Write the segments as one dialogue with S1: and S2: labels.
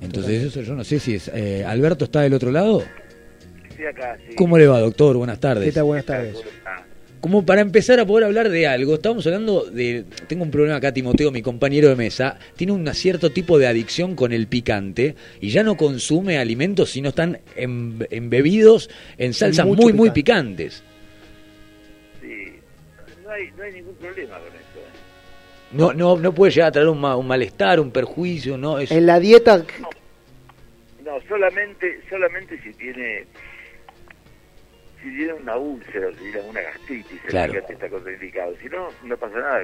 S1: Entonces eso yo no sé si es... eh, Alberto está del otro lado.
S2: Estoy acá, sí.
S1: ¿Cómo le va, doctor? Buenas
S3: ¿Qué
S1: tardes.
S3: tal? Buenas tardes.
S2: Ah,
S1: Como para empezar a poder hablar de algo, estábamos hablando de... Tengo un problema acá, Timoteo, mi compañero de mesa, tiene un cierto tipo de adicción con el picante y ya no consume alimentos si no están em- embebidos en salsas
S3: mucho
S1: muy, muy picantes.
S2: sí. No hay, no hay ningún problema con eso. ¿eh?
S1: No, no, no puede llegar a traer un, ma- un malestar, un perjuicio, ¿no? Es,
S3: En la dieta,
S2: No, solamente, solamente si tiene si tiene una úlcera, si tiene una gastritis,
S1: Claro.
S2: el picante está contraindicado. Si no, no pasa nada.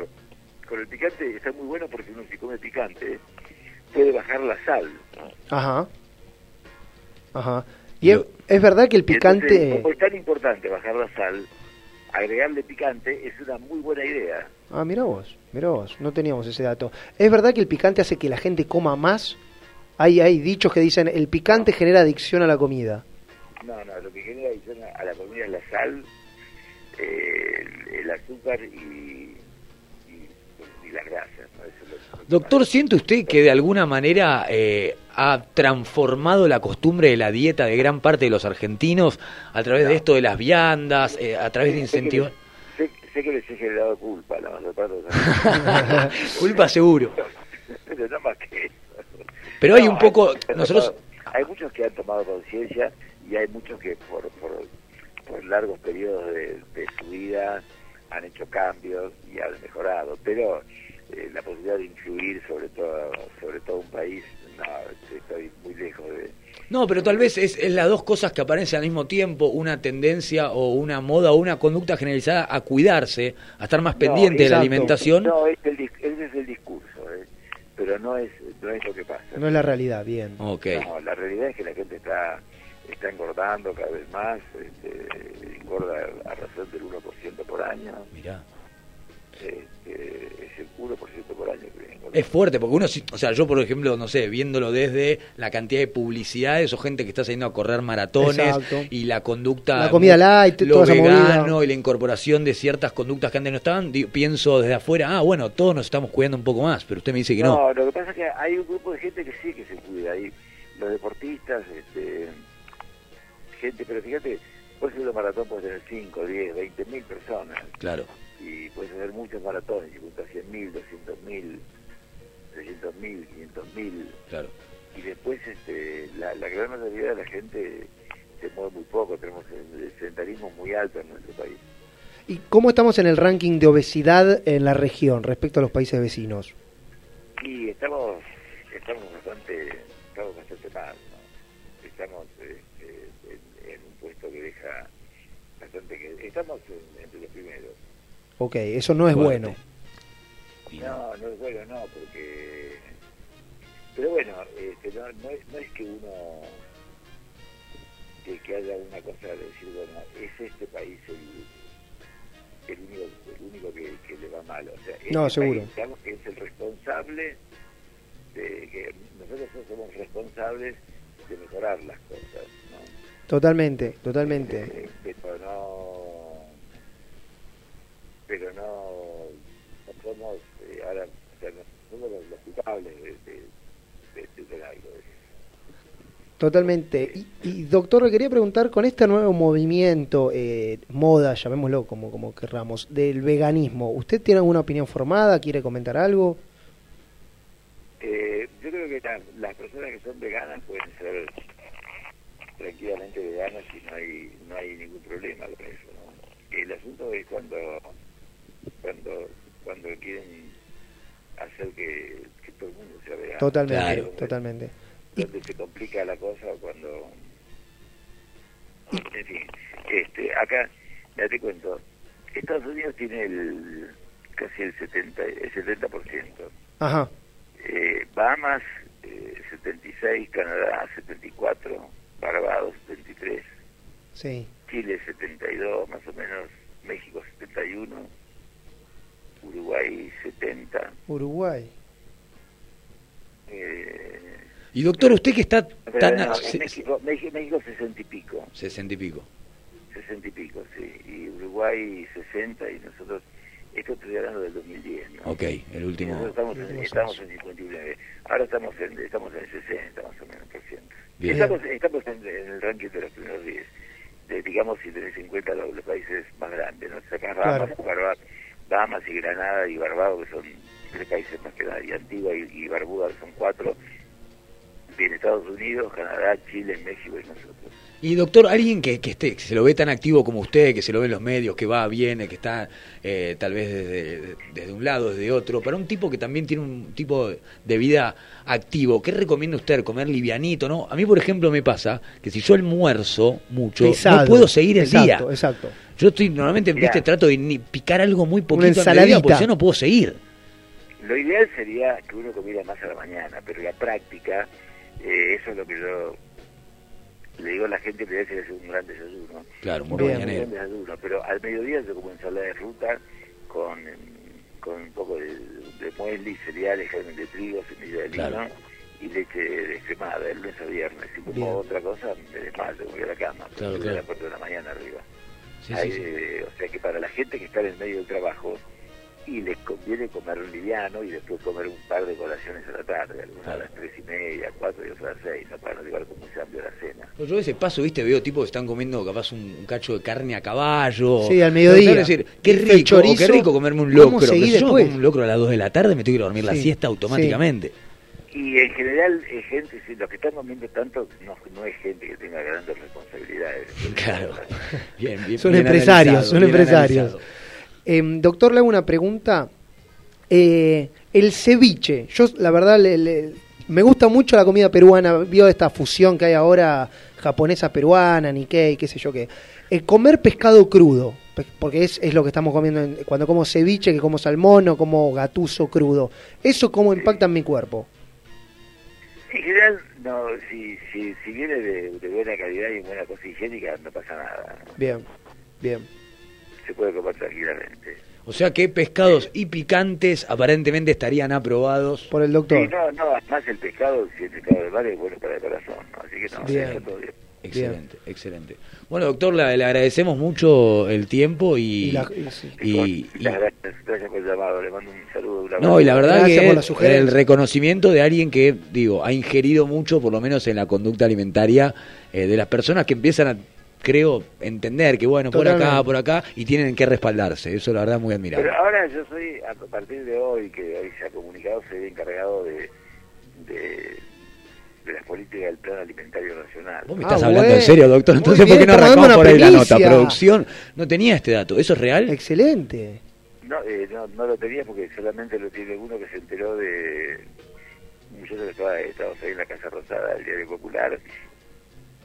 S2: Con el picante está muy bueno porque uno si come picante puede bajar la sal.
S3: ajá, ajá. Y
S1: Yo-
S3: es, es verdad que el
S2: Y entonces,
S3: picante,
S1: pues.
S2: como es tan importante bajar la sal, agregarle picante es una muy buena idea.
S3: ah, mira vos, mira vos, no teníamos ese dato. Es verdad que el picante hace que la gente coma más. Hay, hay dichos que dicen el picante genera adicción a la comida.
S2: No, no, lo que genera adicción a- a la comida es la sal, eh, el, el azúcar y, y, y las grasas. ¿no? Eso es lo- lo que
S1: Doctor,
S2: más-
S1: ¿siente usted que de alguna manera eh, ha transformado la costumbre de la dieta de gran parte de los argentinos a través de esto de las viandas, eh, a través de incentivos?
S2: Sé, que les- sé- sé que les he generado culpa a la mayor parte de los
S1: Culpa seguro.
S2: Pero no más que eso.
S1: Pero hay
S2: No,
S1: un poco,
S2: muchos que han
S1: nosotros,
S2: tomado- hay muchos que han tomado conciencia y hay muchos que por, por, por largos periodos de, de su vida han hecho cambios y han mejorado. Pero eh, la posibilidad de influir sobre todo sobre todo un país, no, estoy muy lejos de...
S1: no, pero tal vez es, es las dos cosas que aparecen al mismo tiempo, una tendencia o una moda o una conducta generalizada a cuidarse, a estar más
S2: No,
S1: pendiente de la
S3: exacto.
S1: alimentación.
S2: No, es el, dis- ese es el discurso, eh, pero no es, no es lo que pasa.
S3: No es la realidad, bien.
S1: Ok.
S2: No, la realidad es que la gente está está engordando cada vez más, este, engorda a razón del 1% por año.
S1: Mirá.
S2: este, es el 1% por año que viene con-
S1: Es fuerte, porque uno, sí- o sea, yo por ejemplo, no sé, viéndolo desde la cantidad de publicidades o gente que está saliendo a correr maratones
S3: Exacto.
S1: y la conducta.
S3: La comida light,
S1: lo
S3: toda esa
S1: vegano
S3: movida.
S1: y la incorporación de ciertas conductas que antes no estaban, di- pienso desde afuera, ah, bueno, todos nos estamos cuidando un poco más, pero usted me dice que no.
S2: No, lo que pasa es que hay un grupo de gente que sí que se cuida, y los deportistas, este, gente, pero fíjate, vos en los maratón puedes tener 5, 10, 20 mil personas,
S1: Claro.
S2: y puedes hacer muchos maratones, y juntas 100 mil, 200 mil, 300 mil, 500 mil,
S1: Claro.
S2: y después este, la, la gran mayoría de la gente se mueve muy poco, tenemos el el sedentarismo muy alto en nuestro país.
S3: ¿Y cómo estamos en el ranking de obesidad en la región respecto a los países vecinos?
S2: Y estamos, estamos bastante, estamos bastante mal, ¿no? Estamos este, en, en un puesto que deja bastante que estamos en- entre los primeros.
S3: Ok, eso no es
S1: Fuerte.
S3: bueno.
S1: Y no.
S2: No, no es bueno, no, porque pero bueno, este, no, no, es, no es que uno que, que haya una cosa de decir bueno, es este país el, el único, el único que, que le va mal, o sea, este
S3: No,
S2: país,
S3: seguro.
S2: digamos, que es el responsable de que nosotros somos responsables de mejorar las cosas, ¿no?
S3: Totalmente, totalmente.
S2: Eh, pero no pero no, no somos eh, ahora o sea, no somos los, los culpables de, de, de, de tener algo de eso.
S3: Totalmente. Y, y, doctor, le quería preguntar, con este nuevo movimiento, eh, moda, llamémoslo como, como querramos, del veganismo, ¿usted tiene alguna opinión formada? ¿Quiere comentar algo?
S2: Eh, yo creo que la- las personas que son veganas pueden ser tranquilamente veganas y no hay no hay ningún problema con eso ¿no? el asunto es cuando cuando cuando quieren hacer que, que todo el mundo sea vegano
S3: Totalmente,
S1: Claro.
S3: totalmente. Y-
S2: donde se complica la cosa cuando en fin este acá ya te cuento Estados Unidos tiene el casi el 70 el 70
S3: Ajá,
S2: eh, Bahamas eh, 76 Canadá 74 Barbados 73
S3: sí.
S2: Chile 72 más o menos México 71 Uruguay 70
S3: Uruguay.
S2: eh,
S1: Y doctor, usted que está tan.
S2: no,
S1: se-
S2: México, México, México 60 y pico
S1: sesenta y pico.
S2: 60 y pico, sí. Y Uruguay 60 y nosotros, esto estoy hablando del 2010, ¿no?
S1: Ok, el
S2: Y
S1: último.
S2: Nosotros estamos en,
S3: Últimos
S2: estamos
S3: años.
S2: en 59, ahora estamos en, estamos en 60 más o menos.
S1: Bien.
S2: Estamos, estamos en, en el ranking de los primeros 10. De- digamos, si tenés en cuenta los, los países más grandes, ¿no? Sacás Bahamas, Barba- Bahamas y Granada y Barbados, que son tres países más que nada, y Antigua y, y Barbuda, que son cuatro. Bien, Estados Unidos, Canadá, Chile, México y nosotros.
S1: Y doctor, alguien que, que esté, que se lo ve tan activo como usted, que se lo ve en los medios, que va, viene, que está eh, tal vez desde, desde un lado, desde otro, para un tipo que también tiene un tipo de vida activo, ¿qué recomienda usted? ¿Comer livianito? no A mí, por ejemplo, me pasa que si yo almuerzo mucho, no
S3: Pesado.
S1: puedo seguir el
S3: exacto,
S1: día.
S3: Exacto,
S1: Yo estoy, normalmente,
S2: Mirá.
S1: viste, trato de ni- picar algo muy poquito en la
S3: ensaladita.
S1: vida porque yo no puedo seguir.
S2: Lo ideal sería que uno comiera más a la mañana, pero la práctica, eh, eso es lo que yo le digo a la gente que debe hacer un gran desayuno.
S1: Claro, muy
S3: Bien.
S2: un
S1: mañanero.
S2: gran desayuno, pero al mediodía yo como ensalada de fruta con, mm, con un poco de, de muesli, cereales, germen de trigo, semilla de lino
S1: Claro.
S2: y leche descremada, el lunes a viernes. Si como
S3: Bien.
S2: otra cosa, me desmayo, me voy a la cama.
S1: Claro,
S2: me voy
S1: claro.
S2: A las cuatro de la mañana arriba.
S1: Sí,
S2: Ahí,
S1: sí, sí.
S2: eh, o sea que para la gente que está en el medio del trabajo y les conviene comer un liviano y después comer un par de colaciones a la tarde, algunas
S1: Claro.
S2: a las tres y media, cuatro y otras a las seis, ¿no? para no llevar como un cambio a la cena.
S1: Pues Yo a veces paso, viste, veo tipos que están comiendo capaz un, un cacho de carne a caballo.
S3: Sí, al mediodía.
S1: Es decir, qué
S3: Bife,
S1: rico, o qué
S3: chorizo,
S1: rico comerme un
S3: ¿cómo
S1: locro. Pero
S3: seguí
S1: si yo me
S3: después?
S1: como un locro a las 2 de la tarde, me tengo que ir a dormir la
S3: Sí,
S1: siesta automáticamente.
S2: Y en general, eh, gente, si los que están comiendo tanto no, no es gente que tenga grandes responsabilidades.
S1: Claro. Bien, bien,
S3: Son
S1: bien
S3: empresarios,
S1: analizado,
S3: son
S1: bien
S3: empresarios.
S1: analizado.
S3: Em, doctor, le hago una pregunta. Eh, el ceviche, yo la verdad le- le- me gusta mucho la comida peruana, vio esta fusión que hay ahora japonesa peruana, Nikkei, qué sé yo qué. Eh, comer pescado crudo, pe- porque es, es lo que estamos comiendo en- cuando como ceviche, que como salmón o como gatuso crudo. ¿Eso cómo impacta en mi cuerpo?
S2: En general, no, si, si, si viene de, de buena calidad y buena cosa higiénica, no pasa nada. ¿no?
S3: Bien, bien.
S2: Se puede comer tranquilamente.
S1: O sea que pescados y picantes aparentemente estarían aprobados.
S3: Por el doctor.
S2: Sí, no, no, además el pescado, si el pescado del mar es bueno para el corazón, ¿no? así que no,
S3: Bien.
S2: está todo bien.
S1: Excelente, excelente. Bueno, doctor, la- le agradecemos mucho el tiempo y...
S3: Y la- y sí.
S1: y-
S2: Chicos, las gracias, gracias por el llamado, le mando un saludo. un
S1: No, y la verdad
S3: Gracias por la
S1: que
S3: sugerencia.
S1: el reconocimiento de alguien que, digo, ha ingerido mucho, por lo menos en la conducta alimentaria, eh, de las personas que empiezan a, creo, entender que, bueno, por acá,
S3: Totalmente. ah,
S1: por acá, y tienen que respaldarse. Eso, la verdad, muy admirable.
S2: Pero ahora yo soy, a partir de hoy, que hoy se ha comunicado, soy el encargado de, de, de las políticas del Plan Alimentario Nacional.
S1: Vos me
S3: Ah,
S1: estás hablando en
S3: bueno.
S1: serio, doctor.
S3: Muy
S1: Entonces, ¿por
S3: bien,
S1: qué no
S3: estamos dando
S1: arrancamos por
S3: una
S1: ahí la nota?
S3: primicia.
S1: Producción no tenía este dato. ¿Eso es real?
S3: Excelente.
S2: No, eh, no, no lo tenía porque solamente lo tiene uno que se enteró de... Nosotros estaba, estábamos ahí en la Casa Rosada, el Diario Popular,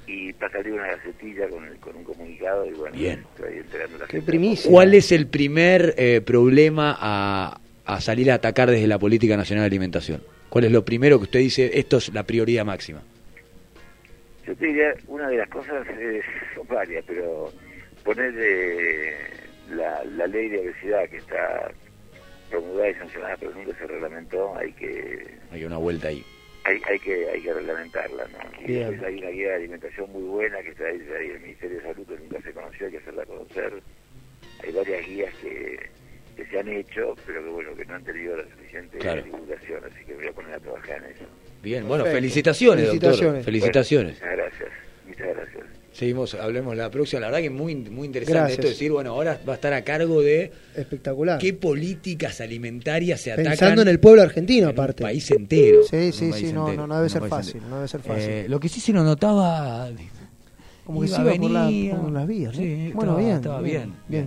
S2: y para salir una gacetilla con, el- con un comunicado y bueno,
S1: Bien.
S2: estoy enterando a la
S3: Qué
S2: gente.
S3: primicia.
S1: ¿Cuál es el primer eh, problema a, a salir a atacar desde la Política Nacional de Alimentación? ¿Cuál es lo primero que usted dice, esto es la prioridad máxima?
S2: Yo te diría, una de las cosas es, son varias, pero poner eh, la, la ley de obesidad que está promulgada y sancionada, pero nunca se reglamentó, hay que
S1: Hay una vuelta ahí.
S2: hay, hay que hay que reglamentarla. ¿no? Y
S3: Bien.
S2: después hay una guía de alimentación muy buena que está ahí, ahí en el Ministerio de Salud, que nunca se conoció, hay que hacerla conocer. Hay varias guías que, que se han hecho, pero que bueno, que no han tenido la suficiente
S1: Claro.
S2: divulgación, así que voy a poner a trabajar en eso.
S1: Bien, bueno,
S3: Perfecto.
S1: felicitaciones, doctor.
S3: Felicitaciones.
S1: Felicitaciones.
S2: Bueno, muchas gracias, muchas gracias.
S1: Seguimos, hablemos la próxima. La verdad que muy, muy interesante
S3: Gracias.
S1: esto de decir, bueno, ahora va a estar a cargo de
S3: Espectacular.
S1: qué políticas alimentarias se atacan.
S3: Pensando en el pueblo
S1: en
S3: argentino,
S1: un
S3: aparte.
S1: país entero.
S3: Sí,
S1: en un
S3: sí,
S1: país
S3: sí, no,
S1: entero,
S3: no, no debe
S1: en un
S3: ser
S1: país
S3: fácil,
S1: entero.
S3: no debe ser fácil.
S1: Eh, lo que sí se nos notaba.
S3: Como que
S1: iba,
S3: se iba por la-
S1: venía.
S3: por las vías, ¿no?
S1: Sí,
S3: Bueno,
S1: estaba-
S3: bien,
S1: Estaba
S3: bien,
S1: bien.
S3: bien.